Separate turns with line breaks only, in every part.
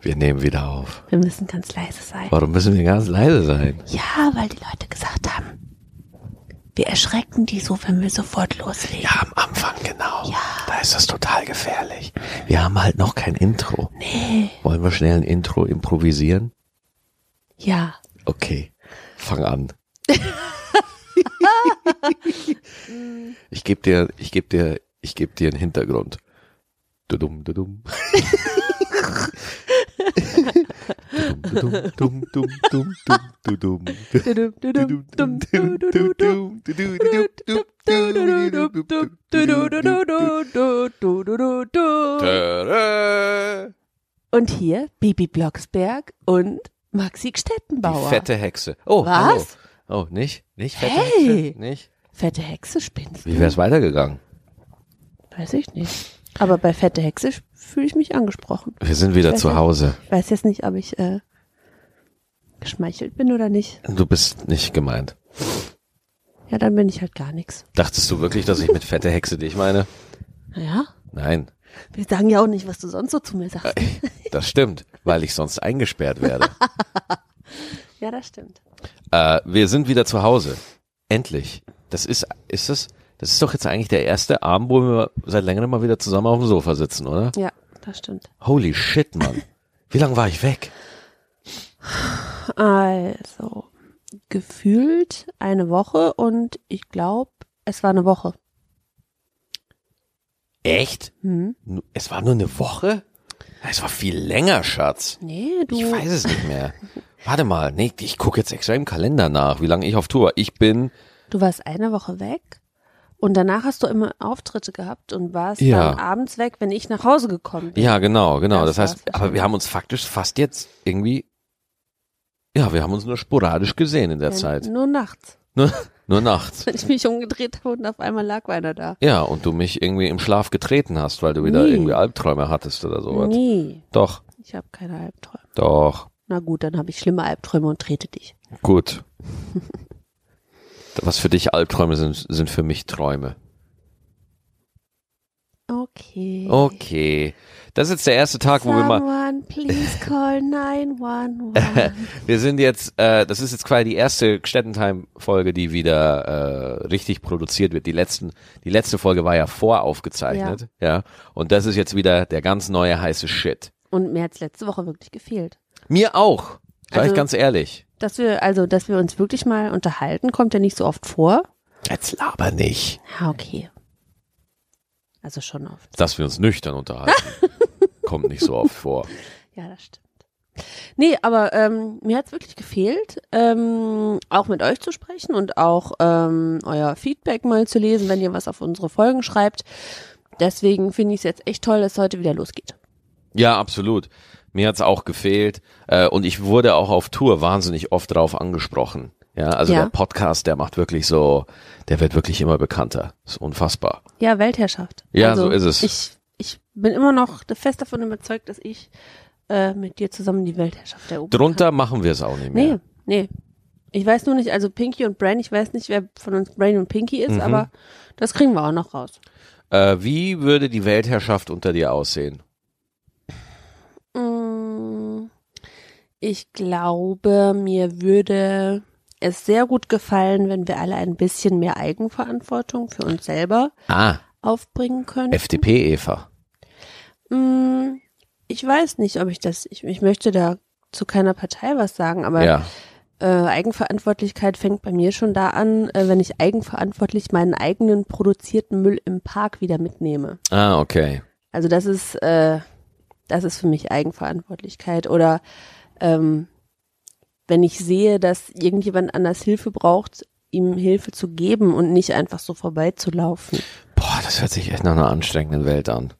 Wir nehmen wieder auf.
Wir müssen ganz leise sein.
Warum müssen wir ganz leise sein?
Ja, weil die Leute gesagt haben, wir erschrecken die so, wenn wir sofort loslegen.
Ja, am Anfang genau.
Ja.
Da ist das total gefährlich. Wir haben halt noch kein Intro.
Nee.
Wollen wir schnell ein Intro improvisieren?
Ja.
Okay, fang an. ich gebe dir, ich gebe dir, ich gebe dir einen Hintergrund. Dudum, dudum. Dudum, dudum, dudum, dudum, dudum, dudum.
Dudum, dum, dum, du, du, du.
Tada.
Und hier Bibi Blocksberg und Maxi
Die
Stettenbauer.
fette Hexe. Oh,
Was?
hallo. Oh, nicht? Nicht fette
Hey.
Hexe? Nicht?
Fette Hexe spinnst
Wie wäre
du?
es weitergegangen?
Weiß ich nicht. Aber bei Fette Hexe fühle ich mich angesprochen.
Wir sind wieder
Ich weiß
zu
nicht.
Hause.
Ich weiß jetzt nicht, ob ich äh, geschmeichelt bin oder nicht.
Du bist nicht gemeint.
Ja, dann bin ich halt gar nichts.
Dachtest du wirklich, dass ich mit fette Hexe dich meine?
Naja,
Nein,
wir sagen ja auch nicht, was du sonst so zu mir
Äh.
sagst.
das stimmt, weil ich sonst eingesperrt werde.
Ja, das stimmt.
Äh, wir sind wieder zu Hause. Endlich. Das ist, ist das, das ist doch jetzt eigentlich der erste Abend, wo wir seit längerem mal wieder zusammen auf dem Sofa sitzen, oder?
Ja, das stimmt.
Holy shit, Mann. Wie lange war ich weg?
Also, gefühlt eine Woche und ich glaube, es war eine Woche.
Echt?
Hm?
Nu- Es war nur eine Woche? Es war viel länger, Schatz.
Nee, du.
Ich weiß es nicht mehr. Warte mal, nee, ich gucke jetzt extra im Kalender nach, wie lange ich auf Tour war. Ich bin,
Du warst eine Woche weg und danach hast du immer Auftritte gehabt und warst
Ja.
dann abends weg, wenn ich nach Hause gekommen bin.
ja genau, genau.
Das
Das heißt,
war's
aber wir haben uns faktisch fast jetzt irgendwie, ja, wir haben uns nur sporadisch gesehen in der
Wenn-
Zeit.
Nur nachts,
Nur, nur nachts.
wenn ich mich umgedreht habe und auf einmal lag einer da.
Ja, und du mich irgendwie im Schlaf getreten hast, weil du wieder
Nee.
irgendwie Albträume hattest oder sowas.
nee,
Doch,
ich habe keine Albträume.
doch.
Na gut, dann habe ich schlimme Albträume und trete dich.
Gut. Was für dich Albträume sind, sind für mich Träume.
Okay.
Okay. Das ist jetzt der erste Tag, wo wir mal.
Someone please call 911.
Wir sind jetzt, äh, das ist jetzt quasi die erste Städtentime-Folge, die wieder äh, richtig produziert wird. Die letzten, die letzte Folge war ja voraufgezeichnet, ja. ja. Und das ist jetzt wieder der ganz neue heiße Shit.
Und mir hat's letzte Woche wirklich gefehlt.
Mir auch. Sag
Also-
ich ganz ehrlich.
Dass wir, also, dass wir uns wirklich mal unterhalten, kommt ja nicht so oft vor.
Jetzt laber nicht.
Ja, okay. Also schon oft.
dass wir uns nüchtern unterhalten. Kommt nicht so oft vor.
Ja, das stimmt. Nee, aber ähm, mir hat's wirklich gefehlt, ähm, auch mit euch zu sprechen und auch ähm, euer Feedback mal zu lesen, wenn ihr was auf unsere Folgen schreibt. Deswegen finde ich es jetzt echt toll, dass es heute wieder losgeht.
Ja, absolut. Mir hat's auch gefehlt. Äh, und ich wurde auch auf Tour wahnsinnig oft drauf angesprochen. Ja, also
Ja.
der Podcast, der macht wirklich so, der wird wirklich immer bekannter. Ist unfassbar.
Ja, Weltherrschaft.
Ja,
also,
so ist es.
Ich, ich bin immer noch fest davon überzeugt, dass ich äh, mit dir zusammen die Weltherrschaft erobern
Drunter machen wir es auch nicht
Kann.
mehr.
Nee, nee. Ich weiß nur nicht, also Pinky und Brain, ich weiß nicht, wer von uns Brain und Pinky ist,
Mhm.
aber das kriegen wir auch noch raus.
Äh, wie würde die Weltherrschaft unter dir aussehen?
Mm, Ich glaube, mir würde es sehr gut gefallen, wenn wir alle ein bisschen mehr Eigenverantwortung für uns selber
Ah,
aufbringen können.
FDP Eva.
Mm, Ich weiß nicht, ob ich das, ich, ich möchte da zu keiner Partei was sagen, aber
Ja.
äh, Eigenverantwortlichkeit fängt bei mir schon da an, äh, wenn ich eigenverantwortlich meinen eigenen produzierten Müll im Park wieder mitnehme.
Ah, okay.
Also das ist, äh, das ist für mich Eigenverantwortlichkeit. Oder ähm, wenn ich sehe, dass irgendjemand anders Hilfe braucht, ihm Hilfe zu geben und nicht einfach so vorbeizulaufen.
Boah, das hört sich echt nach einer anstrengenden Welt an.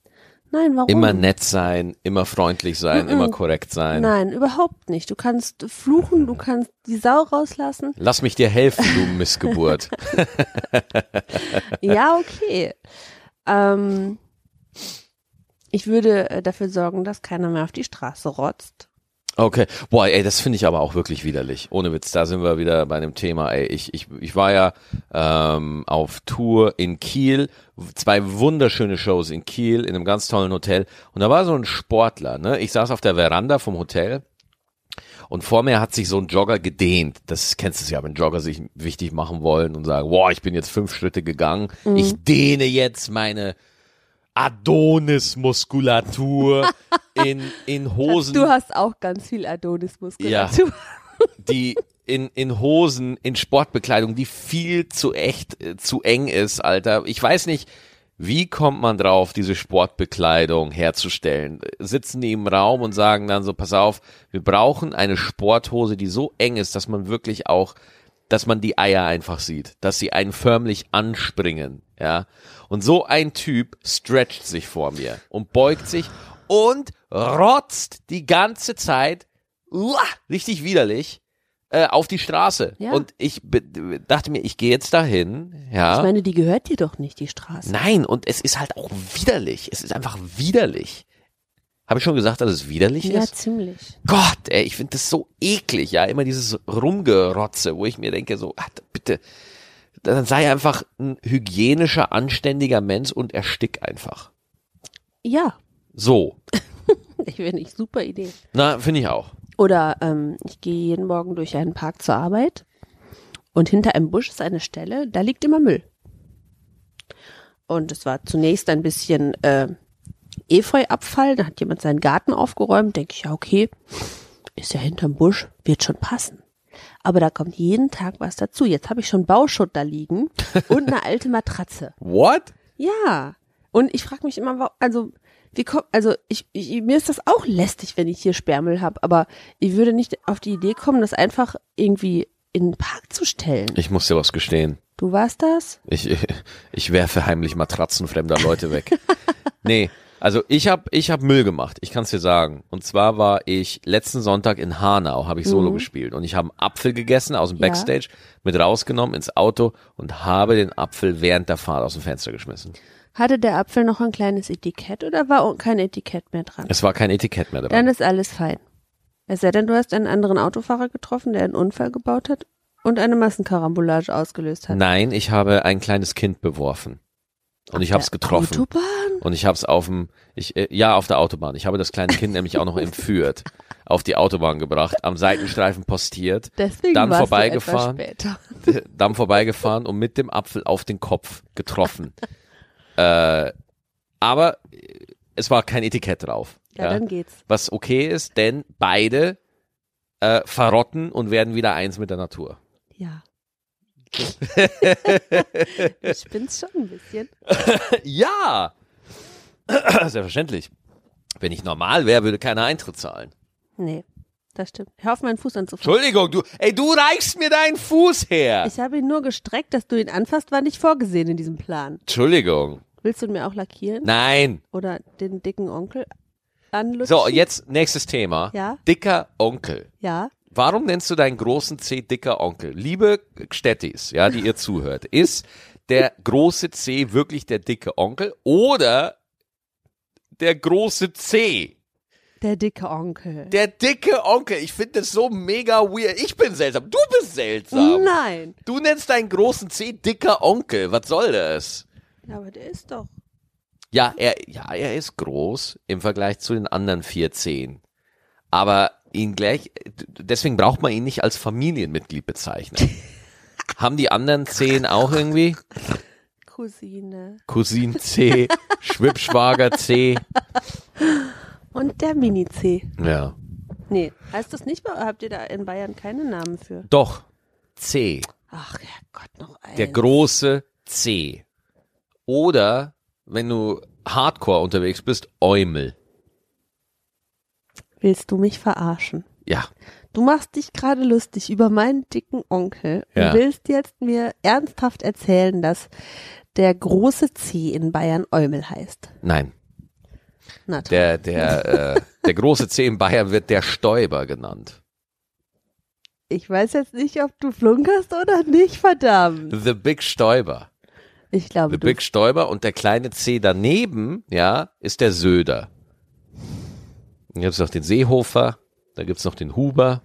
Nein, warum?
Immer nett sein, immer freundlich sein,
Mhm.
immer korrekt sein.
Oh. Nein, überhaupt nicht. Du kannst fluchen, du kannst die Sau rauslassen.
Lass mich dir helfen, du Missgeburt.
Ja, okay. ähm, ich würde äh, dafür sorgen, dass keiner mehr auf die Straße rotzt.
Okay. Boah, ey, das finde ich aber auch wirklich widerlich. Ohne Witz, da sind wir wieder bei dem Thema, ey. Ich, ich, ich war ja ähm, auf Tour in Kiel, zwei wunderschöne Shows in Kiel, in einem ganz tollen Hotel. Und da war so ein Sportler, ne? Ich saß auf der Veranda vom Hotel und vor mir hat sich so ein Jogger gedehnt. Das kennst du ja, wenn Jogger sich wichtig machen wollen und sagen, boah, ich bin jetzt fünf Schritte gegangen, mhm. ich dehne jetzt meine Adonis-Muskulatur in, in Hosen.
Du hast auch ganz viel Adonis-Muskulatur. Also Ja,
die in, in Hosen, in Sportbekleidung, die viel zu echt, äh, zu eng ist, Alter. Ich weiß nicht, wie kommt man drauf, diese Sportbekleidung herzustellen? Sitzen die im Raum und sagen dann so, pass auf, wir brauchen eine Sporthose, die so eng ist, dass man wirklich auch, dass man die Eier einfach sieht, dass sie einen förmlich anspringen, ja. Und so ein Typ stretcht sich vor mir und beugt sich und rotzt die ganze Zeit, uah, richtig widerlich, äh, auf die Straße. Ja. Und ich dachte mir, ich gehe jetzt dahin. Ja.
Ich meine, die gehört dir doch nicht, die Straße.
Nein, und es ist halt auch widerlich. Es ist einfach widerlich. Habe ich schon gesagt, dass es widerlich
ja,
ist?
Ja, ziemlich.
Gott, ey, ich finde das so eklig, ja. Immer dieses Rumgerotze, wo ich mir denke, so, ach, bitte, dann sei einfach ein hygienischer, anständiger Mensch und erstick einfach.
Ja.
So.
ich finde ich super Idee.
Na, finde ich auch.
Oder ähm, ich gehe jeden Morgen durch einen Park zur Arbeit und hinter einem Busch ist eine Stelle, da liegt immer Müll. Und es war zunächst ein bisschen äh, Efeuabfall, da hat jemand seinen Garten aufgeräumt, denke ich, ja okay, ist ja hinterm Busch, wird schon passen. Aber da kommt jeden Tag was dazu. Jetzt habe ich schon Bauschutt da liegen und eine alte Matratze.
What?
Ja. Und ich frage mich immer, also wie kommt, also ich, ich, mir ist das auch lästig, wenn ich hier Sperrmüll habe, aber ich würde nicht auf die Idee kommen, das einfach irgendwie in den Park zu stellen.
Ich muss dir was gestehen.
Du warst das?
Ich, ich werfe heimlich Matratzen fremder Leute weg. nee, also ich habe ich hab Müll gemacht, ich kann's dir sagen. Und zwar war ich letzten Sonntag in Hanau, habe ich Solo mhm. gespielt und ich habe einen Apfel gegessen aus dem Backstage, ja. mit rausgenommen ins Auto und habe den Apfel während der Fahrt aus dem Fenster geschmissen.
Hatte der Apfel noch ein kleines Etikett oder war kein Etikett mehr dran?
Es war kein Etikett mehr dran.
Dann ist alles fein. Es sei denn, du hast einen anderen Autofahrer getroffen, der einen Unfall gebaut hat und eine Massenkarambolage ausgelöst hat.
Nein, ich habe ein kleines Kind beworfen. Und auf ich habe es getroffen.
Autobahn?
Und ich habe es auf dem, ich, äh, ja, auf der Autobahn. Ich habe das kleine Kind nämlich auch noch entführt, auf die Autobahn gebracht, am Seitenstreifen postiert,
Deswegen
dann vorbeigefahren,
später.
dann vorbeigefahren und mit dem Apfel auf den Kopf getroffen. Äh, aber es war kein Etikett drauf.
Ja, ja, dann geht's.
Was okay ist, denn beide äh, verrotten und werden wieder eins mit der Natur.
Ja. ich spinn's schon ein bisschen.
ja. Selbstverständlich. Wenn ich normal wäre, würde keiner Eintritt zahlen.
Nee, das stimmt. Hör auf, meinen Fuß anzufassen.
Entschuldigung, du, ey, du reichst mir deinen Fuß her.
Ich habe ihn nur gestreckt, dass du ihn anfasst, war nicht vorgesehen in diesem Plan.
Entschuldigung.
Willst du ihn mir auch lackieren?
Nein.
Oder den dicken Onkel anlutschen?
So, jetzt nächstes Thema.
Ja.
Dicker Onkel.
Ja.
Warum nennst du deinen großen C dicker Onkel? Liebe Stettis, ja, die ihr zuhört, ist der große C wirklich der dicke Onkel oder der große C?
Der dicke Onkel.
Der dicke Onkel. Ich finde das so mega weird. Ich bin seltsam. Du bist seltsam.
Nein.
Du nennst deinen großen C dicker Onkel. Was soll das?
Ja, aber der ist doch.
Ja, er, ja, er ist groß im Vergleich zu den anderen vier Zehen. Aber ihn gleich, deswegen braucht man ihn nicht als Familienmitglied bezeichnen. Haben die anderen Zehen auch irgendwie?
Cousine.
Cousin C, Schwippschwager C.
Und der Mini C.
Ja.
Nee, heißt das nicht, habt ihr da in Bayern keine Namen für?
Doch. C.
Ach Gott, noch ein.
Der große C. Oder, wenn du hardcore unterwegs bist, Eumel.
Willst du mich verarschen?
Ja.
Du machst dich gerade lustig über meinen dicken Onkel und
Ja.
willst jetzt mir ernsthaft erzählen, dass der große C in Bayern Eumel heißt.
Nein.
Na toll.
Der, der, äh, der große C in Bayern wird der Stoiber genannt.
ich weiß jetzt nicht, ob du flunkerst oder nicht, verdammt.
The Big Stoiber.
Ich glaube,
The
du,
Big Stoiber und der kleine C daneben, ja, ist der Söder. Und Ich habe noch den Seehofer, Da gibt's noch den Huber.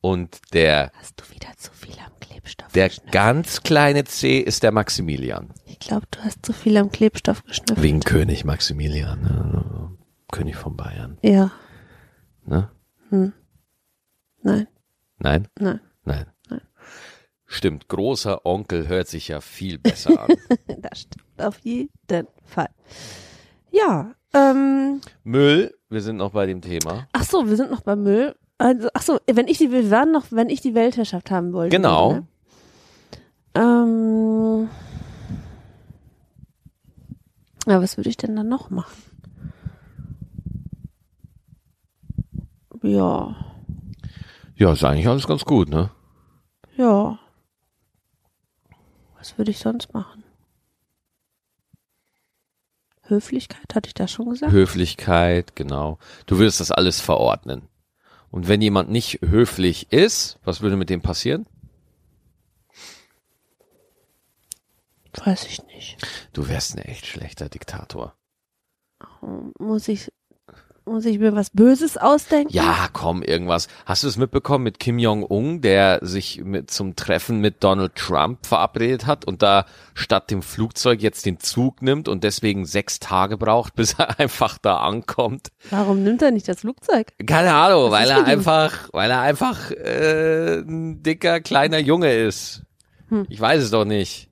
Und der,
Hast du wieder zu viel am Klebstoff
der
geschnüffelt?
ganz kleine C ist der Maximilian.
Ich glaube, du hast zu viel am Klebstoff geschnüffelt.
Wegen König Maximilian. ne? König von Bayern.
Ja.
Ne?
Hm. Nein,
Nein?
nein.
Nein.
Nein.
Stimmt, großer Onkel hört sich ja viel besser an.
Das stimmt auf jeden Fall. Ja, ähm,
Müll, wir sind noch bei dem Thema.
ach so, wir sind noch beim Müll. Also, ach so, wenn ich die, wir waren noch, wenn ich die Weltherrschaft haben wollte.
Genau.
Ne? Ähm, ja, was würde ich denn dann noch machen? Ja,
Ja, ist eigentlich alles ganz gut, ne?
ja. Was würde ich sonst machen? Höflichkeit, hatte ich das schon gesagt?
Höflichkeit, genau. Du würdest das alles verordnen. Und wenn jemand nicht höflich ist, was würde mit dem passieren?
Weiß ich nicht.
Du wärst ein echt schlechter Diktator.
Muss ich, muss ich mir was Böses ausdenken?
Ja, komm, irgendwas. Hast du es mitbekommen mit Kim Jong-un, der sich mit, zum Treffen mit Donald Trump verabredet hat und da statt dem Flugzeug jetzt den Zug nimmt und deswegen sechs Tage braucht, bis er einfach da ankommt?
Warum nimmt er nicht das Flugzeug?
Keine Ahnung, weil
ist
er
mit ihm?
einfach, weil er einfach äh, ein dicker kleiner Junge ist.
Hm.
Ich weiß es doch nicht.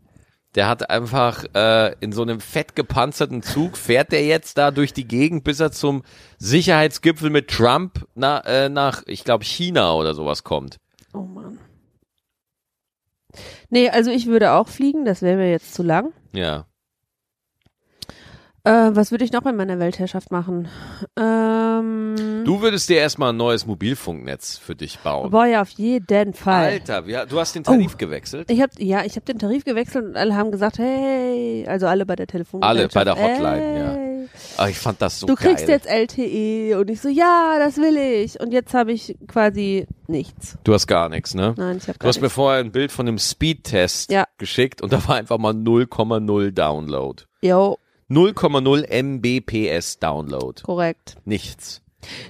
Der hat einfach äh, in so einem fett gepanzerten Zug fährt der jetzt da durch die Gegend, bis er zum Sicherheitsgipfel mit Trump na, äh, nach, ich glaube China oder sowas kommt.
Oh Mann. Nee, also ich würde auch fliegen, das wäre mir jetzt zu lang.
Ja.
Äh, was würde ich noch in meiner Weltherrschaft machen? Ähm,
Du würdest dir erstmal ein neues Mobilfunknetz für dich bauen.
boah, ja, auf jeden Fall.
Alter, wir, du hast den Tarif
Oh.
gewechselt.
Ich hab, ja, ich habe den Tarif gewechselt und alle haben gesagt, hey, also alle bei der Telefon.
Alle bei der Hotline, ja.
hey. ja.
Ah, ich fand das so
du
geil.
kriegst jetzt LTE und ich so, ja, das will ich. Und jetzt habe ich quasi nichts.
du hast gar nichts, ne?
Nein, ich habe
Du
gar
hast mir
nichts.
vorher ein Bild von dem Speedtest
Ja.
geschickt und da war einfach mal 0,0 Download.
Jo,
0,0 Mbps Download.
korrekt.
Nichts.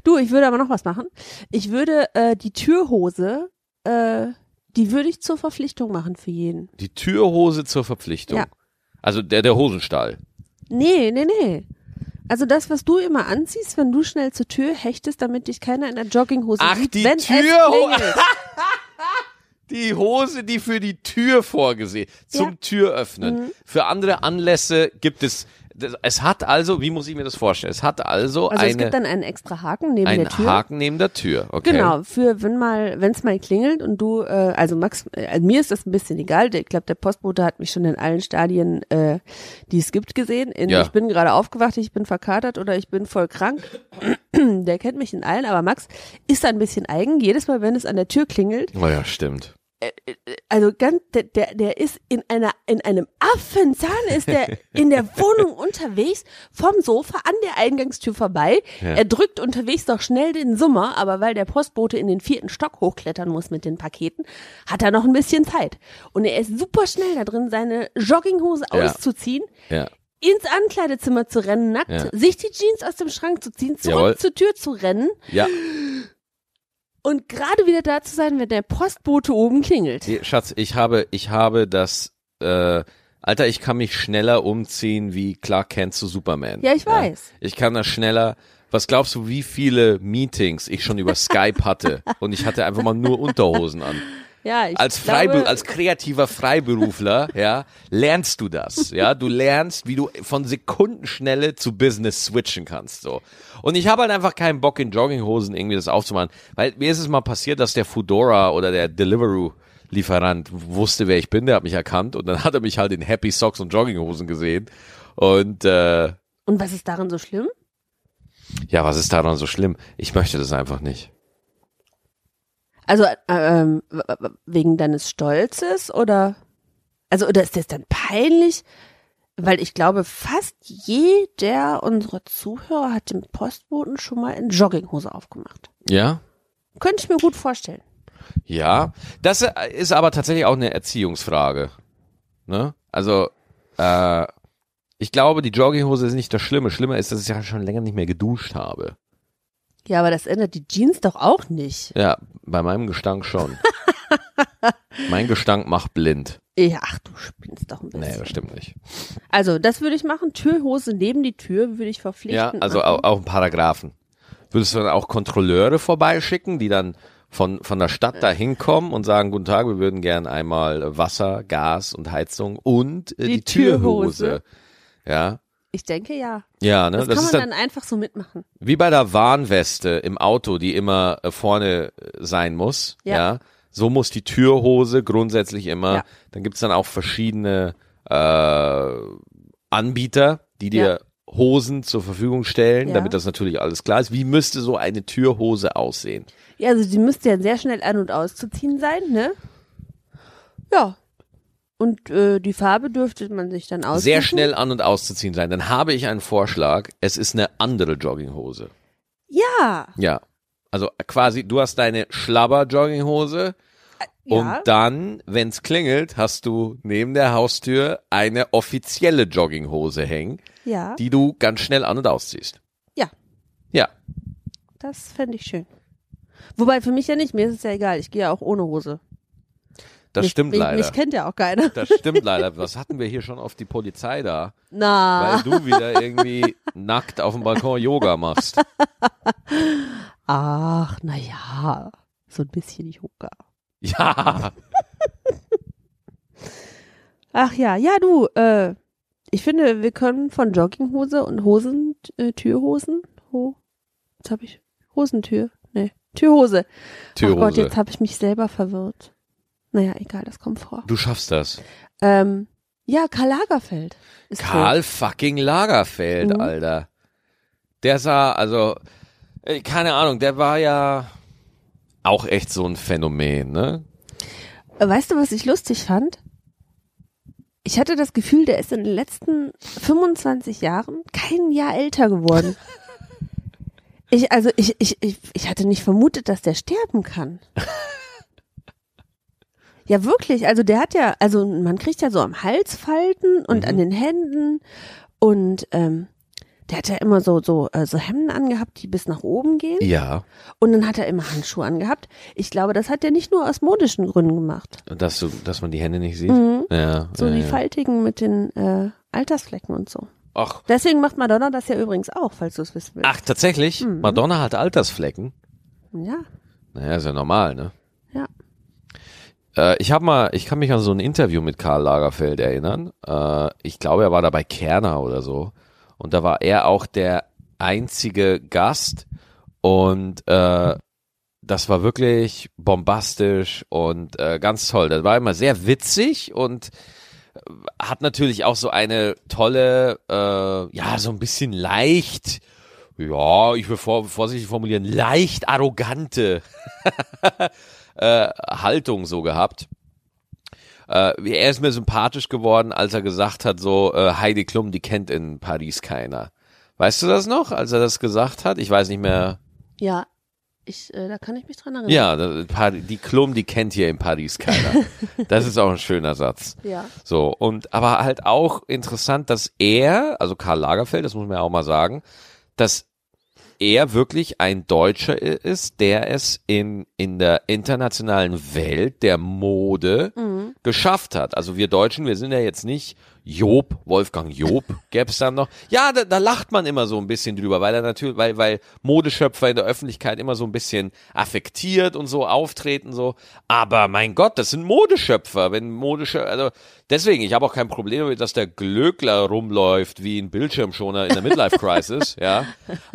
Du, ich würde aber noch was machen. Ich würde äh, die Türhose, äh, die würde ich zur Verpflichtung machen für jeden.
Die Türhose zur Verpflichtung.
Ja.
Also der, der Hosenstall.
Nee, nee, nee. Also das, was du immer anziehst, wenn du schnell zur Tür hechtest, damit dich keiner in der Jogginghose
Ach,
sieht,
die
wenn
Türho-
es klingelt.
Die Hose, die für die Tür vorgesehen, zum
Mhm.
Türöffnen. Für andere Anlässe gibt es, das- es hat also, wie muss ich mir das vorstellen? Es hat also,
Also es gibt
eine,
dann einen extra Haken neben der
einen
Tür.
Haken neben der Tür. Okay.
Genau, für wenn mal, wenn es mal klingelt und du, äh, also Max, äh, also mir ist das ein bisschen egal. der- Ich glaube, der Postbote hat mich schon in allen Stadien, äh, die es gibt, gesehen. In,
Ja.
Ich bin gerade aufgewacht, ich bin verkatert oder ich bin voll krank. der kennt mich in allen, aber Max ist da ein bisschen eigen. Jedes Mal, wenn es an der Tür klingelt,
Oh ja, stimmt.
also ganz, der, der, der ist in einer, in einem Affenzahn ist der in der Wohnung unterwegs, vom Sofa an der Eingangstür vorbei.
Ja.
Er drückt unterwegs noch schnell den Summer, aber weil der Postbote in den vierten Stock hochklettern muss mit den Paketen, hat er noch ein bisschen Zeit. Und er ist super schnell da drin, seine Jogginghose
Ja.
auszuziehen,
Ja.
ins Ankleidezimmer zu rennen, nackt,
Ja.
sich die Jeans aus dem Schrank zu ziehen, zurück
Jawohl.
zur Tür zu rennen
Ja.
und gerade wieder da zu sein, wenn der Postbote oben klingelt.
Nee, Schatz, ich habe, ich habe das, äh, Alter, ich kann mich schneller umziehen wie Clark Kent zu Superman.
Ja, ich weiß.
Ich kann das schneller. Was glaubst du, wie viele Meetings ich schon über Skype hatte und ich hatte einfach mal nur Unterhosen an?
Ja, ich
Als
glaube,
Freibe als kreativer Freiberufler, ja, lernst du das, ja, du lernst, wie du von Sekundenschnelle zu Business switchen kannst, so. Und ich habe halt einfach keinen Bock in Jogginghosen irgendwie das aufzumachen, weil mir ist es mal passiert, dass der Foodora oder der Deliveroo Lieferant wusste, wer ich bin, der hat mich erkannt und dann hat er mich halt in Happy Socks und Jogginghosen gesehen und äh,
Und was ist daran so schlimm?
ja, was ist daran so schlimm? Ich möchte das einfach nicht.
Also äh, ähm, w- w- wegen deines Stolzes oder also oder ist das dann peinlich? Weil ich glaube, fast jeder unserer Zuhörer hat den Postboten schon mal in Jogginghose aufgemacht.
Ja?
Könnte ich mir gut vorstellen.
Ja, das äh, ist aber tatsächlich auch eine Erziehungsfrage. Ne? Also, äh, Ich glaube, die Jogginghose ist nicht das Schlimme. Schlimmer ist, dass ich ja schon länger nicht mehr geduscht habe.
Ja, aber das ändert die Jeans doch auch nicht.
Ja, bei meinem Gestank schon. mein Gestank macht blind.
Ja, ach, du spinnst doch ein bisschen.
Nee, das stimmt nicht.
Also, das würde ich machen. Türhose neben die Tür würde ich
Ja,
verpflichten.
also
machen.
auch, auch einen Paragraphen. Würdest du dann auch Kontrolleure vorbeischicken, die dann von, von der Stadt da hinkommen und sagen, guten Tag, wir würden gern einmal Wasser, Gas und Heizung und äh, die,
Die
Türhose. Ja.
Ich denke ja.
Ja, ne?
Das,
Das,
kann man
ist dann,
dann, einfach so mitmachen.
wie bei der Warnweste im Auto, die immer äh, vorne äh, sein muss. Ja.
Ja.
So muss die Türhose grundsätzlich immer.
Ja.
Dann gibt's dann auch verschiedene äh, Anbieter, die dir Hosen zur Verfügung stellen,
Ja.
damit das natürlich alles klar ist. Wie müsste so eine Türhose aussehen?
Ja, also die müsste ja sehr schnell an- und auszuziehen sein, ne? Ja. Und äh, die Farbe dürfte man sich dann aussuchen.
Sehr schnell an- und auszuziehen sein. Dann habe ich einen Vorschlag. Es ist eine andere Jogginghose.
Ja.
Ja. Also quasi, du hast deine Schlabber-Jogginghose.
Ja.
Und dann, wenn's klingelt, hast du neben der Haustür eine offizielle Jogginghose hängen,
ja.
die du ganz schnell an und ausziehst.
Ja.
Ja.
Das fände ich schön. Wobei für mich ja nicht, mir ist es ja egal, ich gehe ja auch ohne Hose.
Das
mich,
stimmt
mich,
leider.
Mich kennt ja auch keiner.
das stimmt leider. Was hatten wir hier schon auf die Polizei da?
Na,
Weil du wieder irgendwie nackt auf dem Balkon Yoga machst.
ach, na ja, so ein bisschen Yoga.
Ja.
Ach ja, ja du, äh, ich finde, wir können von Jogginghose und Hosen, äh, Türhosen, ho, jetzt habe ich Hosentür, nee, Türhose. Ach Oh Gott,
Türhose.
jetzt habe ich mich selber verwirrt. Naja, egal, das kommt vor.
Du schaffst das.
Ähm, ja, Karl Lagerfeld. Ist tot.
Karl fucking Lagerfeld,
Mhm.
Alter. Der sah, also, äh, keine Ahnung, der war ja auch echt so ein Phänomen, ne?
Äh, Weißt du, was ich lustig fand? Ich hatte das Gefühl, der ist in den letzten 25 Jahren kein Jahr älter geworden. Ich, also ich, ich, ich, ich hatte nicht vermutet, dass der sterben kann. Ja, wirklich. Also der hat ja, also man kriegt ja so am Hals Falten und an den Händen und ähm, der hat ja immer so, so, äh, so Hemden angehabt, die bis nach oben gehen.
Ja.
Und dann hat er immer Handschuhe angehabt. Ich glaube, das hat er nicht nur aus modischen Gründen gemacht.
Dass, du, dass man die Hände nicht sieht?
Mhm.
Ja.
So
ja,
die
ja.
Faltigen mit den äh, Altersflecken und so.
Ach,
Deswegen macht Madonna das ja übrigens auch, falls du es wissen willst.
ach, tatsächlich?
Mhm.
Madonna hat Altersflecken.
Ja,
Naja, ist ja normal, ne?
ja.
Äh, ich habe mal, ich kann mich an so ein Interview mit Karl Lagerfeld erinnern. Äh, ich glaube, er war da bei Kerner oder so. Und da war er auch der einzige Gast. Und äh, das war wirklich bombastisch und äh, ganz toll. Das war immer sehr witzig und äh, hat natürlich auch so eine tolle, äh, ja, so ein bisschen leicht, ja, ich will vor, vorsichtig formulieren, leicht arrogante äh, Haltung so gehabt. Äh, er ist mir sympathisch geworden, als er gesagt hat, so äh, Heidi Klum, die kennt in Paris keiner. Weißt du das noch, als er das gesagt hat? Ich weiß nicht mehr.
Ja, ich, äh, da kann ich mich dran erinnern.
Ja, da- Par- die Klum, die kennt hier in Paris keiner. Das ist auch ein schöner Satz.
Ja.
So, und aber halt auch interessant, dass er, also Karl Lagerfeld, das muss man ja auch mal sagen, dass er wirklich ein Deutscher i- ist, der es in, in der internationalen Welt der Mode geschafft hat. Also wir Deutschen, wir sind ja jetzt nicht Job, Wolfgang Job gäb's dann noch. Ja, da, da lacht man immer so ein bisschen drüber, weil er natürlich, weil, weil Modeschöpfer in der Öffentlichkeit immer so ein bisschen affektiert und so auftreten, so. Aber mein Gott, das sind Modeschöpfer. Wenn Modeschöpfer, also deswegen, ich habe auch kein Problem damit, dass der Glöckler rumläuft wie ein Bildschirmschoner in der Midlife Crisis, ja.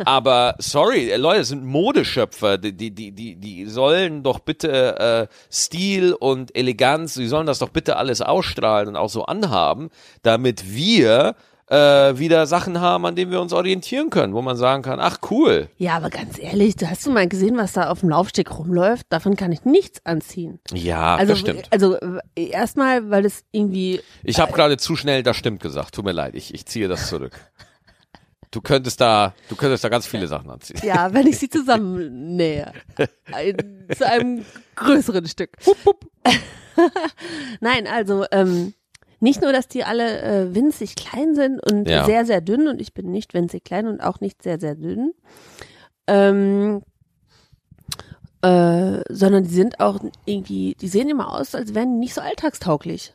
Aber sorry, äh, Leute, das sind Modeschöpfer. Die, die, die, die, die sollen doch bitte äh, Stil und Eleganz, die sollen das doch bitte alles ausstrahlen und auch so anhaben, damit wir äh, wieder Sachen haben, an denen wir uns orientieren können, wo man sagen kann, ach cool.
Ja, aber ganz ehrlich, du hast du mal gesehen, was da auf dem Laufsteg rumläuft? Davon kann ich nichts anziehen.
Ja,
Also,
das stimmt.
also äh, erstmal, weil es irgendwie
Ich habe gerade zu schnell das stimmt gesagt. Tut mir leid, ich, ich ziehe das zurück. Du könntest da, du könntest da ganz viele Sachen anziehen.
Ja, wenn ich sie zusammennähe. Ein, zu einem größeren Stück. Nein, also, ähm, Nicht nur, dass die alle äh, winzig klein sind und
Ja.
sehr, sehr dünn und ich bin nicht winzig klein und auch nicht sehr, sehr dünn, ähm, äh, sondern die sind auch irgendwie, die sehen immer aus, als wären die nicht so alltagstauglich.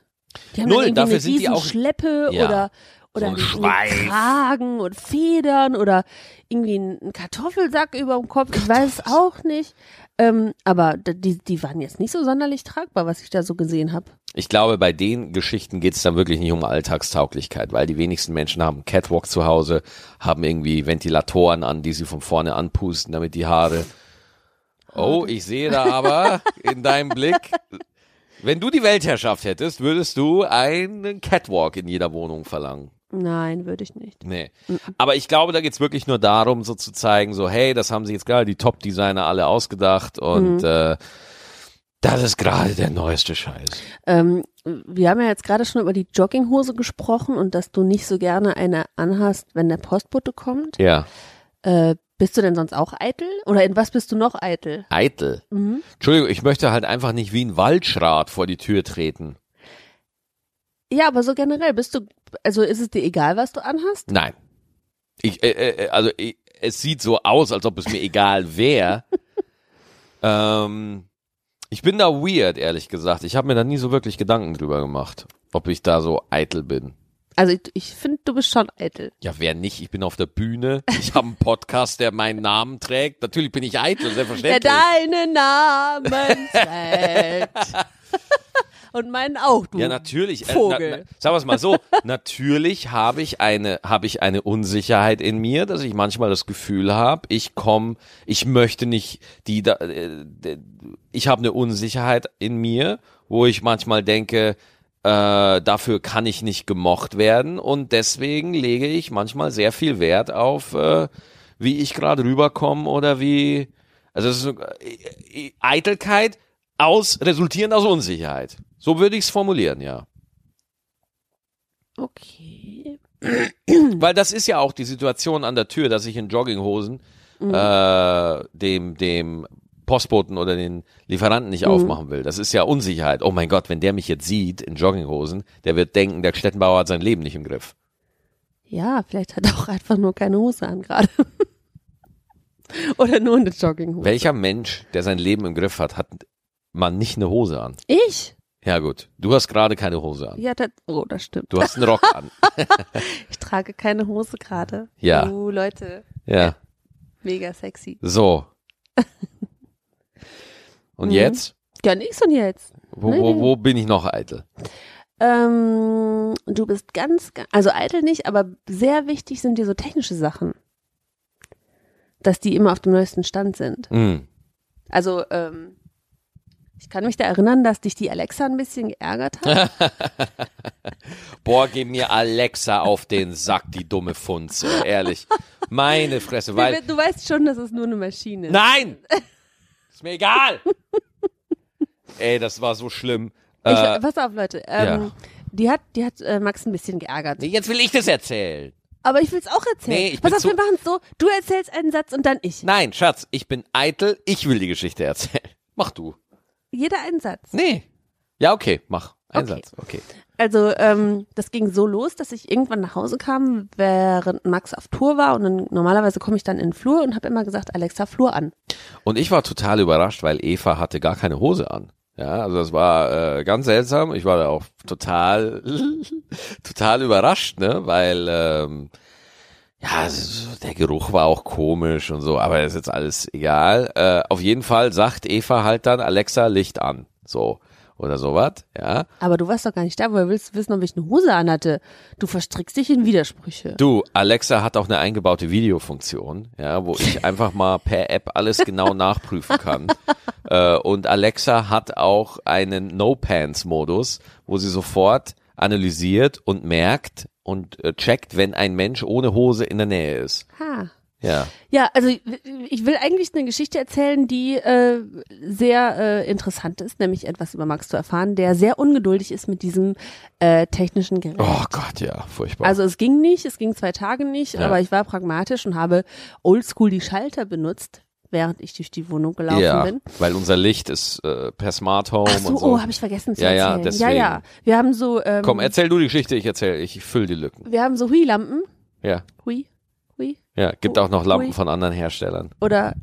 Die haben
Null,
dann irgendwie
dafür
eine
sind die
riesen
auch-
Schleppe
Ja.
oder
So ein
oder einen-
Schweif.
einen Kragen und Federn oder irgendwie einen Kartoffelsack über dem Kopf. Ich weiß es auch nicht. Ähm, aber d- die, die waren jetzt nicht so sonderlich tragbar, was ich da so gesehen habe.
Ich glaube, bei den Geschichten geht's dann wirklich nicht um Alltagstauglichkeit, weil die wenigsten Menschen haben einen Catwalk zu Hause, haben irgendwie Ventilatoren an, die sie von vorne anpusten, damit die Haare. Oh, ich sehe da aber in deinem Blick. Wenn du die Weltherrschaft hättest, würdest du einen Catwalk in jeder Wohnung verlangen.
Nein, würde ich nicht.
Nee. Aber ich glaube, da geht's wirklich nur darum, so zu zeigen, so, hey, das haben sie jetzt gerade die Top-Designer alle ausgedacht und äh, das ist gerade der neueste Scheiß.
Ähm, wir haben ja jetzt gerade schon über die Jogginghose gesprochen und dass du nicht so gerne eine anhast, wenn der Postbote kommt.
Ja.
Äh, bist du denn sonst auch eitel? Oder in was bist du noch eitel?
Eitel.
Mhm.
Entschuldigung, ich möchte halt einfach nicht wie ein Waldschrat vor die Tür treten.
Ja, aber so generell bist du, also ist es dir egal, was du anhast?
Nein. Ich, äh, äh, also ich, es sieht so aus, als ob es mir egal wäre. ähm, ich bin da weird, ehrlich gesagt. Ich habe mir da nie so wirklich Gedanken drüber gemacht, ob ich da so eitel bin.
Also ich, ich finde, du bist schon eitel.
Ja, wer nicht? Ich bin auf der Bühne. Ich habe einen Podcast, der meinen Namen trägt. Natürlich bin ich eitel,
der
selbverständlich.
deinen Namen trägt. Und meinen auch, du.
Ja, natürlich. Äh,
Vogel.
na, na, sagen wir es mal so. natürlich habe ich eine, habe ich eine Unsicherheit in mir, dass ich manchmal das Gefühl habe, ich komme, ich möchte nicht die, da, äh, d- ich habe eine Unsicherheit in mir, wo ich manchmal denke, äh, dafür kann ich nicht gemocht werden und deswegen lege ich manchmal sehr viel Wert auf, äh, wie ich gerade rüberkomme oder wie, also es ist, so- äh, äh, Eitelkeit aus, resultierend aus Unsicherheit. So würde ich es formulieren, ja.
Okay.
Weil das ist ja auch die Situation an der Tür, dass ich in Jogginghosen äh, dem, dem Postboten oder den Lieferanten nicht aufmachen will. Das ist ja Unsicherheit. Oh mein Gott, wenn der mich jetzt sieht in Jogginghosen, der wird denken, der Stettenbauer hat sein Leben nicht im Griff.
Ja, vielleicht hat er auch einfach nur keine Hose an gerade. Oder nur eine Jogginghose.
Welcher Mensch, der sein Leben im Griff hat, hat man nicht eine Hose an?
Ich?
Ja gut, du hast gerade keine Hose an.
Ja, das, oh, das stimmt.
Du hast einen Rock an.
Ich trage keine Hose gerade.
Ja.
Oh, Leute,
Ja,
mega sexy.
so. Und
Mhm.
jetzt?
Ja, nix und jetzt.
Wo, wo, wo bin ich noch eitel?
Ähm, du bist ganz, ga- also eitel nicht, aber sehr wichtig sind dir so technische Sachen. Dass die immer auf dem neuesten Stand sind.
Hm.
Also, ähm, ich kann mich da erinnern, dass dich die Alexa ein bisschen geärgert hat.
Boah, geh mir Alexa auf den Sack, die dumme Funze, ehrlich. Meine Fresse, weil.
du weißt schon, dass es nur eine Maschine ist.
Nein! Ist mir egal! Ey, das war so schlimm. Äh,
ich, pass auf, Leute. Ähm,
ja.
Die hat, die hat äh, Max ein bisschen geärgert.
nee, jetzt will ich das erzählen.
Aber ich will es auch erzählen.
Nee, ich
pass
bin
auf,
zu-
wir machen es so. Du erzählst einen Satz und dann ich.
Nein, Schatz, ich bin eitel, ich will die Geschichte erzählen. Mach du.
Jeder einen Satz.
Nee. Ja, okay, mach. Ein
Okay.
Satz, okay.
Also ähm, das ging so los, dass ich irgendwann nach Hause kam, während Max auf Tour war. Und dann, normalerweise komme ich dann in den Flur und habe immer gesagt, Alexa, Flur an.
Und ich war total überrascht, weil Eva hatte gar keine Hose an. Ja, also das war äh, ganz seltsam. Ich war da auch total, total überrascht, ne, weil ähm, ja, es ist so- der Geruch war auch komisch und so, aber ist jetzt alles egal. Äh, auf jeden Fall sagt Eva halt dann Alexa Licht an, so oder sowas, ja.
Aber du warst doch gar nicht da, woher willst du wissen, ob ich eine Hose anhatte? Du verstrickst dich in Widersprüche.
Du, Alexa hat auch eine eingebaute Videofunktion, ja, wo ich einfach mal per App alles genau nachprüfen kann. äh, und Alexa hat auch einen No-Pants-Modus, wo sie sofort analysiert und merkt und äh, checkt, wenn ein Mensch ohne Hose in der Nähe ist.
Ha.
Ja.
Ja, also ich- ich will eigentlich eine Geschichte erzählen, die äh, sehr äh, interessant ist, nämlich etwas über Max zu erfahren, der sehr ungeduldig ist mit diesem äh, technischen Gerät.
Oh Gott, ja, furchtbar.
Also es ging nicht, es ging zwei Tage nicht,
Ja.
aber ich war pragmatisch und habe oldschool die Schalter benutzt, während ich durch die Wohnung gelaufen
ja,
bin.
weil unser Licht ist äh, per Smart Home
Ach so,
und so.
oh, habe ich vergessen zu
Ja, ja,
erzählen.
deswegen.
ja, ja. Wir haben so, ähm,
Komm, erzähl du die Geschichte, ich erzähl, ich fülle die Lücken.
wir haben so Hui-Lampen.
Ja,
Hui, Hui.
ja, gibt
Hu-
auch noch Lampen
hui.
von anderen Herstellern.
Oder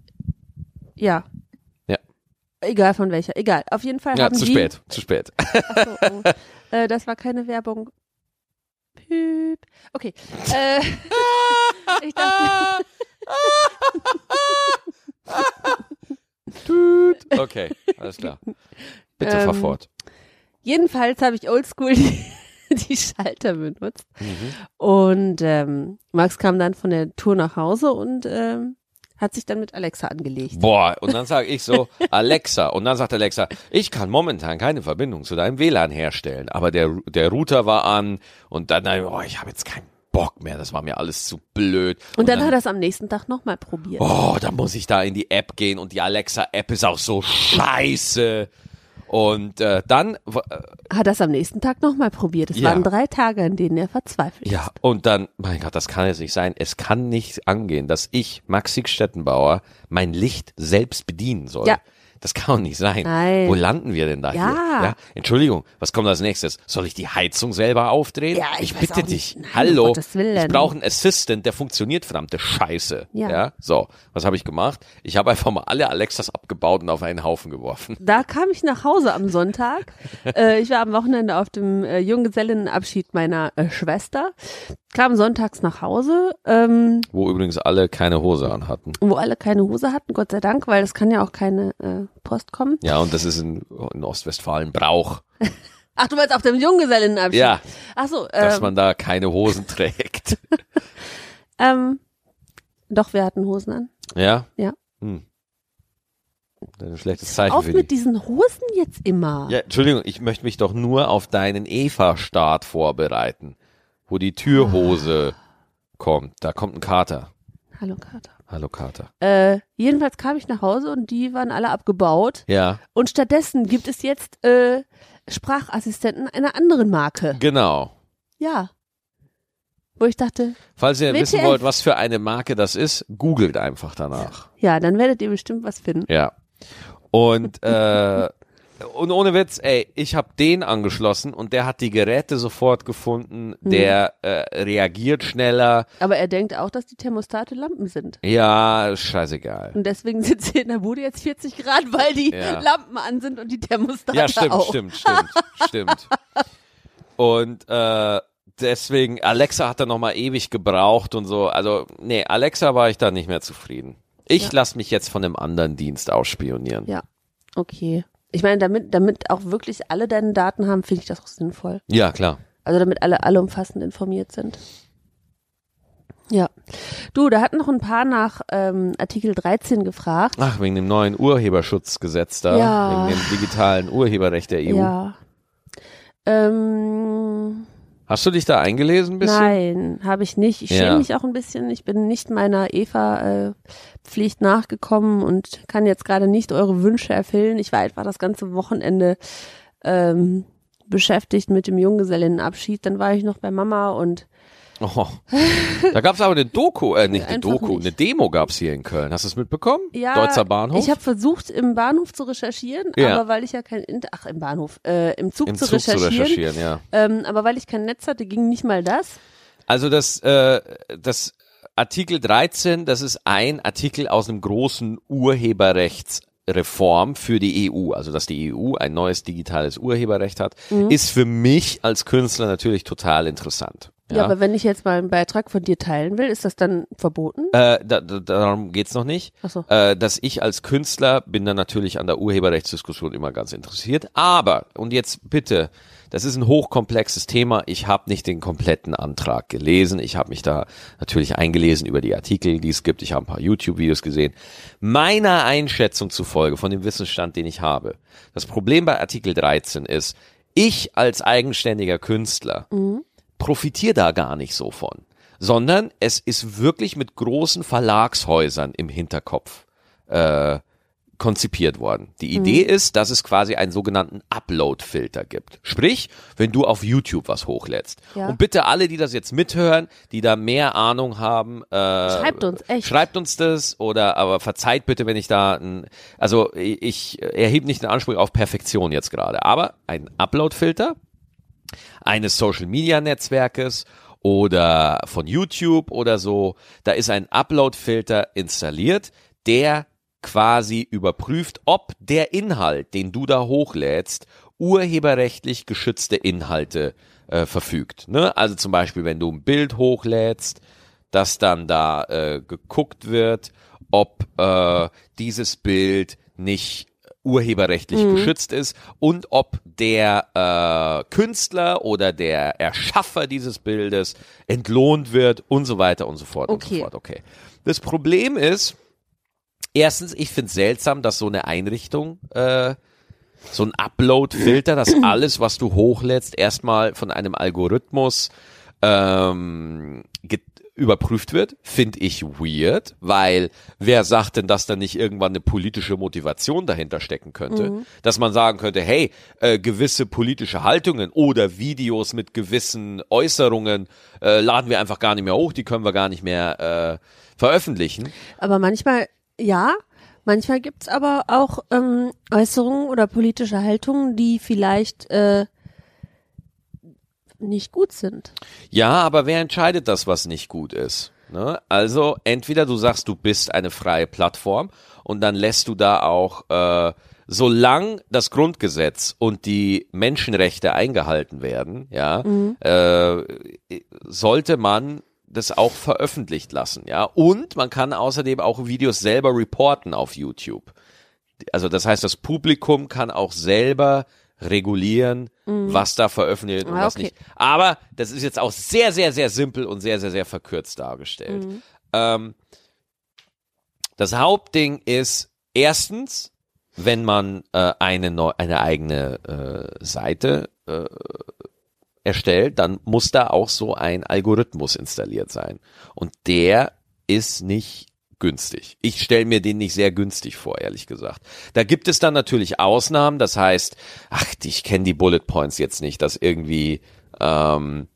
ja.
Ja.
Egal von welcher. Egal. Auf jeden Fall
Ja,
haben
zu
die.
spät, zu spät.
Ach so, oh. äh, das war keine Werbung. Piep. Okay. Äh, ich dachte,
okay, alles klar. Bitte
Ähm,
fahr fort.
jedenfalls habe ich oldschool die, die Schalter benutzt.
Mhm.
Und ähm, Max kam dann von der Tour nach Hause und ähm, hat sich dann mit Alexa angelegt.
Boah, und dann sage ich so, Alexa, und dann sagt Alexa, ich kann momentan keine Verbindung zu deinem WLAN herstellen, aber der, Ru- der Router war an und dann, oh, ich habe jetzt keinen Bock mehr, das war mir alles zu blöd.
Und dann hat er es am nächsten Tag nochmal probiert.
oh, dann muss ich da in die App gehen und die Alexa-App ist auch so scheiße. Und äh, dann, w- äh,
Hat er es am nächsten Tag nochmal probiert. Es
Ja.
waren drei Tage, an denen er verzweifelt
ja, und dann, mein Gott, das kann jetzt nicht sein. Es kann nicht angehen, dass ich, Maxi Stettenbauer, mein Licht selbst bedienen soll.
Ja.
Das kann doch nicht sein.
Nein.
Wo landen wir denn da
Ja.
hier? Ja. Entschuldigung, was kommt als nächstes? Soll ich die Heizung selber aufdrehen?
Ja, ich weiß
bitte
auch
dich.
nicht. Nein, um
Hallo.
Gottes Willen.
Ich brauche einen Assistant, der funktioniert, verdammte Scheiße.
Ja.
So, was habe ich gemacht? Ich habe einfach mal alle Alexas abgebaut und auf einen Haufen geworfen.
Da kam ich nach Hause am Sonntag. äh, ich war am Wochenende auf dem äh, Junggesellinnenabschied meiner äh, Schwester. Kam sonntags nach Hause, ähm,
Wo übrigens alle keine Hose an hatten.
wo alle keine Hose hatten, Gott sei Dank, weil es kann ja auch keine äh, Post kommen.
Ja, und das ist in, in Ostwestfalen Brauch,
Ach, du meinst auf dem Junggesellinnenabschied?
Ja.
Ach so,
dass
ähm,
man da keine Hosen trägt.
ähm, doch, wir hatten Hosen an.
Ja?
Ja.
Hm. Das ist ein schlechtes Zeichen
Auf
für die.
mit diesen Hosen jetzt immer.
Ja, Entschuldigung, ich möchte mich doch nur auf deinen Eva-Start vorbereiten, wo die Türhose
Ah.
kommt. Da kommt ein Kater.
Hallo Kater.
Hallo Kater.
Äh, jedenfalls kam ich nach Hause und die waren alle abgebaut.
Ja,
Und stattdessen gibt es jetzt äh, Sprachassistenten einer anderen Marke.
genau.
Ja. Wo ich dachte,
Falls ihr
WTF.
wissen wollt, was für eine Marke das ist, googelt einfach danach.
ja, dann werdet ihr bestimmt was finden.
Ja. Und, äh, und ohne Witz, ey, ich habe den angeschlossen und der hat die Geräte sofort gefunden, der äh, reagiert schneller.
Aber er denkt auch, dass die Thermostate Lampen sind.
Ja, ist scheißegal.
Und deswegen sitzt hier in der Bude jetzt 40 Grad, weil die
Ja.
Lampen an sind und die Thermostate
Ja, stimmt,
auch.
stimmt, stimmt, stimmt. Und äh, deswegen, Alexa hat da nochmal ewig gebraucht und so. Also, nee, Alexa war ich da nicht mehr zufrieden. Ich lass mich jetzt von einem anderen Dienst ausspionieren.
Ja, okay. Ich meine, damit, damit auch wirklich alle deine Daten haben, finde ich das auch sinnvoll.
ja klar.
Also damit alle allumfassend informiert sind. Ja. Du, da hatten noch ein paar nach ähm, Artikel 13 gefragt.
Ach, wegen dem neuen Urheberschutzgesetz da,
Ja.
wegen dem digitalen Urheberrecht der E EU.
Ja. Ähm,
Hast du dich da eingelesen ein bisschen?
Nein, habe ich nicht. Ich
Ja.
schäme mich auch ein bisschen. Ich bin nicht meiner Eva-Pflicht nachgekommen und kann jetzt gerade nicht eure Wünsche erfüllen. Ich war einfach das ganze Wochenende ähm, beschäftigt mit dem Junggesellinnenabschied. Dann war ich noch bei Mama und
Oh. Da gab's aber eine Doku, äh, nicht eine
Einfach
Doku,
nicht.
eine Demo gab's hier in Köln. Hast du es mitbekommen?
ja,
Deutzer Bahnhof?
Ich habe versucht, im Bahnhof zu recherchieren,
Ja.
aber weil ich ja kein, Inter- ach im Bahnhof, äh, im Zug,
Im
zu,
Zug
recherchieren,
zu recherchieren, ja.
Ähm, aber weil ich kein Netz hatte, ging nicht mal das.
Also das, äh, das Artikel 13, das ist ein Artikel aus einem großen Urheberrechtsreform für die EU, also dass die EU ein neues digitales Urheberrecht hat,
Mhm.
ist für mich als Künstler natürlich total interessant.
Ja. aber wenn ich jetzt mal einen Beitrag von dir teilen will, ist das dann verboten?
Äh, da, da, darum geht's noch nicht.
Hm? Ach so.
Äh, dass ich als Künstler bin dann natürlich an der Urheberrechtsdiskussion immer ganz interessiert. Aber, und jetzt bitte, das ist ein hochkomplexes Thema. Ich habe nicht den kompletten Antrag gelesen. Ich habe mich da natürlich eingelesen über die Artikel, die es gibt. Ich habe ein paar YouTube-Videos gesehen. Meiner Einschätzung zufolge, von dem Wissensstand, den ich habe, das Problem bei Artikel 13 ist, ich als eigenständiger
Mhm.
Künstler profitiere da gar nicht so von, sondern es ist wirklich mit großen Verlagshäusern im Hinterkopf äh, konzipiert worden. Die Idee ist, dass es quasi einen sogenannten Upload-Filter gibt. Sprich, wenn du auf YouTube was hochlädst.
Ja.
Und bitte alle, die das jetzt mithören, die da mehr Ahnung haben, äh,
Schreibt uns, echt.
Schreibt uns das oder aber verzeiht bitte, wenn ich da ein, also ich, ich erhebe nicht den Anspruch auf Perfektion jetzt gerade, aber ein Upload-Filter eines Social-Media-Netzwerkes oder von YouTube oder so, da ist ein Upload-Filter installiert, der quasi überprüft, ob der Inhalt, den du da hochlädst, urheberrechtlich geschützte Inhalte äh, verfügt. Ne? Also zum Beispiel, wenn du ein Bild hochlädst, dass dann da äh, geguckt wird, ob äh, dieses Bild nicht urheberrechtlich geschützt ist und ob der äh, Künstler oder der Erschaffer dieses Bildes entlohnt wird und so weiter und so fort und so
Okay.
fort. Okay. Das Problem ist, erstens, ich finde seltsam, dass so eine Einrichtung äh, so ein Upload-Filter, dass alles, was du hochlädst, erstmal von einem Algorithmus ähm, get- überprüft wird, finde ich weird, weil wer sagt denn, dass da nicht irgendwann eine politische Motivation dahinter stecken könnte? Dass man sagen könnte, hey, äh, gewisse politische Haltungen oder Videos mit gewissen Äußerungen äh, laden wir einfach gar nicht mehr hoch, die können wir gar nicht mehr äh, veröffentlichen.
Aber manchmal, ja, manchmal gibt's aber auch ähm, Äußerungen oder politische Haltungen, die vielleicht äh, nicht gut sind.
Ja, aber wer entscheidet das, was nicht gut ist? Ne? Also entweder du sagst, du bist eine freie Plattform und dann lässt du da auch, äh, solange das Grundgesetz und die Menschenrechte eingehalten werden, ja, äh, sollte man das auch veröffentlicht lassen, ja. Und man kann außerdem auch Videos selber reporten auf YouTube also das heißt, das Publikum kann auch selber regulieren, was da veröffentlicht und
Ah,
was
okay.
nicht. Aber das ist jetzt auch sehr, sehr, sehr simpel und sehr, sehr, sehr verkürzt dargestellt. Ähm, das Hauptding ist erstens, wenn man äh, eine, neu, eine eigene äh, Seite äh, erstellt, dann muss da auch so ein Algorithmus installiert sein. Und der ist nicht günstig. Ich stelle mir den nicht sehr günstig vor, ehrlich gesagt. Da gibt es dann natürlich Ausnahmen, das heißt, ach, ich kenne die Bullet Points jetzt nicht, dass irgendwie ähm,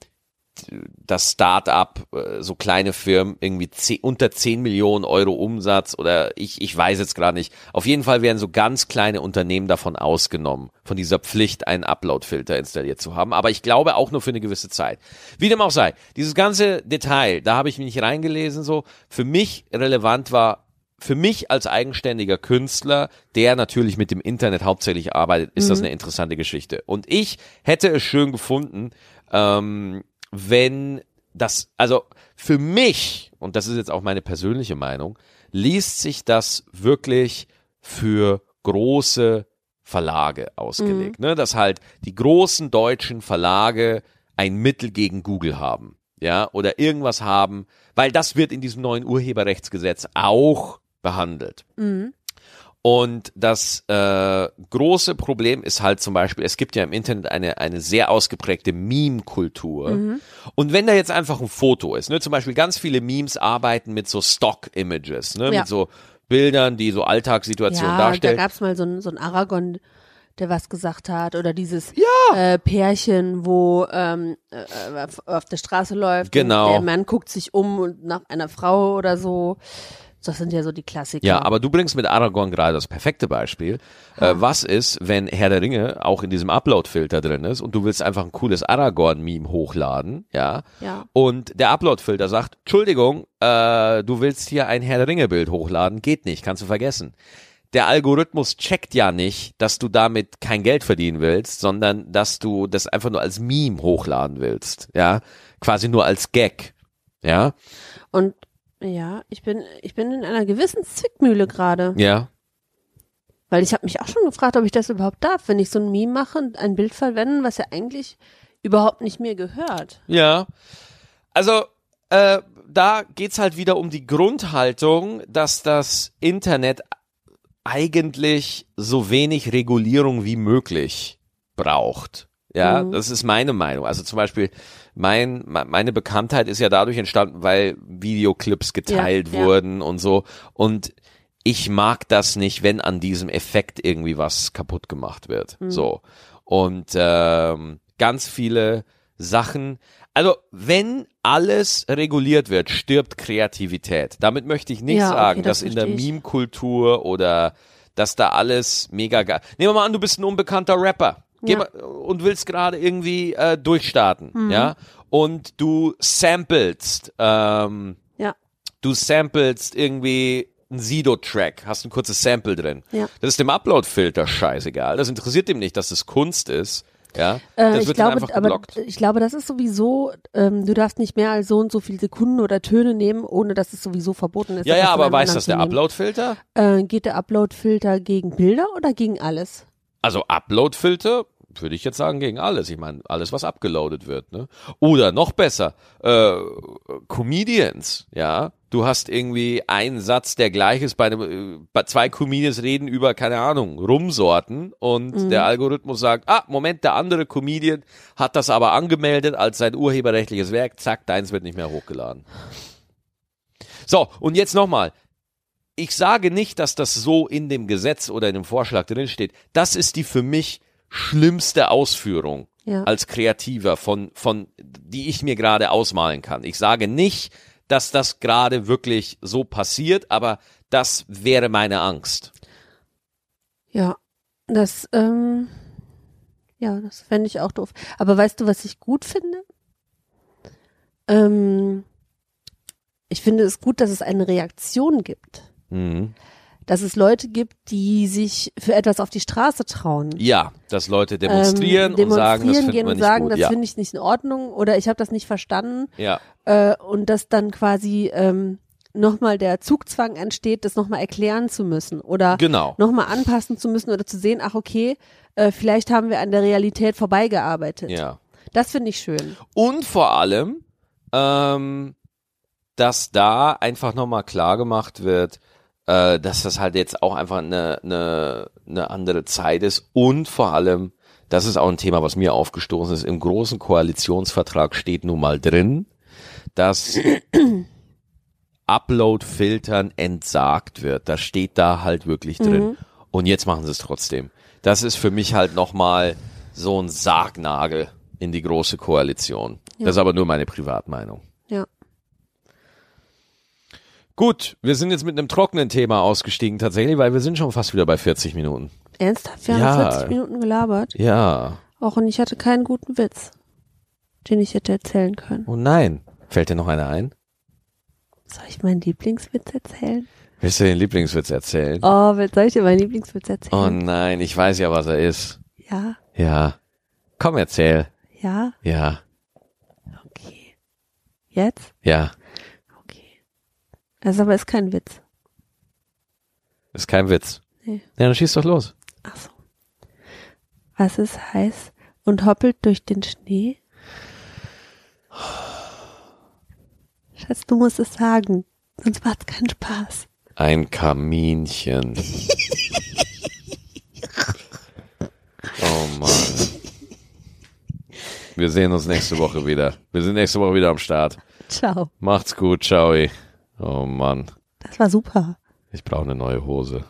das Start-up, äh, so kleine Firmen, irgendwie 10, unter 10 Millionen Euro Umsatz oder ich, ich weiß jetzt gerade nicht. Auf jeden Fall werden so ganz kleine Unternehmen davon ausgenommen, von dieser Pflicht, einen Upload-Filter installiert zu haben. Aber ich glaube auch nur für eine gewisse Zeit. Wie dem auch sei, dieses ganze Detail, da habe ich mich nicht reingelesen, so für mich relevant war, für mich als eigenständiger Künstler, der natürlich mit dem Internet hauptsächlich arbeitet, ist das eine interessante Geschichte. Und ich hätte es schön gefunden, ähm, wenn das, also für mich, und das ist jetzt auch meine persönliche Meinung, liest sich das wirklich für große Verlage ausgelegt. Ne? Dass halt die großen deutschen Verlage ein Mittel gegen Google haben. Ja, oder irgendwas haben, weil das wird in diesem neuen Urheberrechtsgesetz auch behandelt.
Mhm.
Und das äh, große Problem ist halt zum Beispiel, es gibt ja im Internet eine, eine sehr ausgeprägte Meme-Kultur.
Mhm.
Und wenn da jetzt einfach ein Foto ist, ne, zum Beispiel ganz viele Memes arbeiten mit so Stock-Images, ne,
Ja.
mit so Bildern, die so Alltagssituationen
Ja, da
darstellen.
gab's mal so einen so einen Aragon, der was gesagt hat oder dieses äh, Pärchen, wo ähm, äh, äh, auf- auf der Straße läuft
Genau.
und der Mann guckt sich um und nach einer Frau oder so. Das sind ja so die Klassiker.
Ja, aber du bringst mit Aragorn gerade das perfekte Beispiel. Äh, was ist, wenn Herr der Ringe auch in diesem Upload-Filter drin ist und du willst einfach ein cooles Aragorn-Meme hochladen, ja?
Ja.
Und der Upload-Filter sagt, Entschuldigung, äh, du willst hier ein Herr der Ringe-Bild hochladen, geht nicht, kannst du vergessen. Der Algorithmus checkt ja nicht, dass du damit kein Geld verdienen willst, sondern dass du das einfach nur als Meme hochladen willst, ja? Quasi nur als Gag, ja?
Und ja, ich bin, ich bin in einer gewissen Zwickmühle gerade.
Ja.
Weil ich habe mich auch schon gefragt, ob ich das überhaupt darf, wenn ich so ein Meme mache und ein Bild verwenden, was ja eigentlich überhaupt nicht mir gehört.
Ja. Also, äh, da geht's halt wieder um die Grundhaltung, dass das Internet eigentlich so wenig Regulierung wie möglich braucht. Ja,
Mhm.
das ist meine Meinung. Also zum Beispiel, mein, me- meine Bekanntheit ist ja dadurch entstanden, weil Videoclips geteilt
ja.
wurden und so. Und ich mag das nicht, wenn an diesem Effekt irgendwie was kaputt gemacht wird.
Mhm.
So. Und ähm, ganz viele Sachen. Also, wenn alles reguliert wird, stirbt Kreativität. Damit möchte ich nicht
Ja, okay,
sagen,
das
dass in der
verstehe ich.
Meme-Kultur oder dass da alles mega geil. Nehmen wir mal an, du bist ein unbekannter Rapper Geh
Ja. Mhm.
mal, und willst gerade irgendwie äh, durchstarten, ja? Und du samplest ähm,
Ja.
du samplest irgendwie einen Sido-Track, hast ein kurzes Sample drin.
Ja.
Das ist dem Upload-Filter scheißegal. Das interessiert dem nicht, dass es Kunst ist. Ja,
Äh,
das
ich
wird
glaube,
dann einfach
aber
geblockt.
ich glaube, das ist sowieso, ähm, du darfst nicht mehr als so und so viele Sekunden oder Töne nehmen, ohne dass es sowieso verboten ist.
Ja,
etwas
ja,
von
aber
einem
weiß
anderen
das
zu
der
nehmen.
Upload-Filter?
Äh, geht der Upload-Filter gegen Bilder oder gegen alles?
Also Upload-Filter würde ich jetzt sagen gegen alles. Ich meine, alles, was abgeloadet wird. Ne? Oder noch besser, äh, Comedians, ja. Du hast irgendwie einen Satz, der gleich ist bei einem, äh, bei zwei Comedians reden über, keine Ahnung, Rumsorten und der Algorithmus sagt, ah, Moment, der andere Comedian hat das aber angemeldet als sein urheberrechtliches Werk, zack, deins wird nicht mehr hochgeladen. So, und jetzt nochmal. Ich sage nicht, dass das so in dem Gesetz oder in dem Vorschlag drin steht. Das ist die für mich schlimmste Ausführung
Ja.
als Kreativer von, von, die ich mir gerade ausmalen kann. Ich sage nicht, dass das gerade wirklich so passiert, aber das wäre meine Angst.
Ja, das, ähm, ja, das fände ich auch doof. Aber weißt du, was ich gut finde? Ähm, ich finde es gut, dass es eine Reaktion gibt.
Mhm.
Dass es Leute gibt, die sich für etwas auf die Straße trauen.
Ja, dass Leute demonstrieren,
ähm,
und sagen, das
demonstrieren
finden
gehen
wir
und
nicht
sagen,
gut.
das
ja.
finde ich nicht in Ordnung oder ich habe das nicht verstanden
ja,
äh, und dass dann quasi ähm, nochmal der Zugzwang entsteht, das nochmal erklären zu müssen oder
genau.
nochmal anpassen zu müssen oder zu sehen, ach okay, äh, vielleicht haben wir an der Realität vorbeigearbeitet.
Ja.
Das finde ich schön.
Und vor allem, ähm, dass da einfach nochmal klar gemacht wird, äh, dass das halt jetzt auch einfach eine, eine, eine andere Zeit ist. Und vor allem, das ist auch ein Thema, was mir aufgestoßen ist, im großen Koalitionsvertrag steht nun mal drin, dass Upload-Filtern entsagt wird. Das steht da halt wirklich drin.
Mhm.
Und jetzt machen sie es trotzdem. Das ist für mich halt nochmal so ein Sargnagel in die große Koalition. Das ist aber nur meine Privatmeinung.
Ja.
Gut, wir sind jetzt mit einem trockenen Thema ausgestiegen tatsächlich, weil wir sind schon fast wieder bei 40 Minuten.
Ernsthaft? Wir
Ja.
haben 40 Minuten gelabert.
Ja.
Auch und ich hatte keinen guten Witz, den ich hätte erzählen können.
Oh nein. Fällt dir noch einer ein?
Soll ich meinen Lieblingswitz erzählen?
Willst du den Lieblingswitz erzählen?
Oh, soll ich dir meinen Lieblingswitz
Oh
erzählen?
nein, ich weiß ja, was er ist.
Ja,
Ja. Komm, erzähl.
ja,
Ja.
okay. Jetzt?
Ja.
Okay. Das aber ist kein Witz.
Ist kein Witz.
Nee.
Ja, dann schieß doch los.
Ach so. Was ist heiß und hoppelt durch den Schnee? Schatz, du musst es sagen, sonst macht's keinen Spaß.
Ein Kaminchen. oh Mann. Wir sehen uns nächste Woche wieder. Wir sind nächste Woche wieder am Start.
Ciao.
Macht's gut, ciao. Oh Mann,
Das war super.
ich brauche eine neue Hose.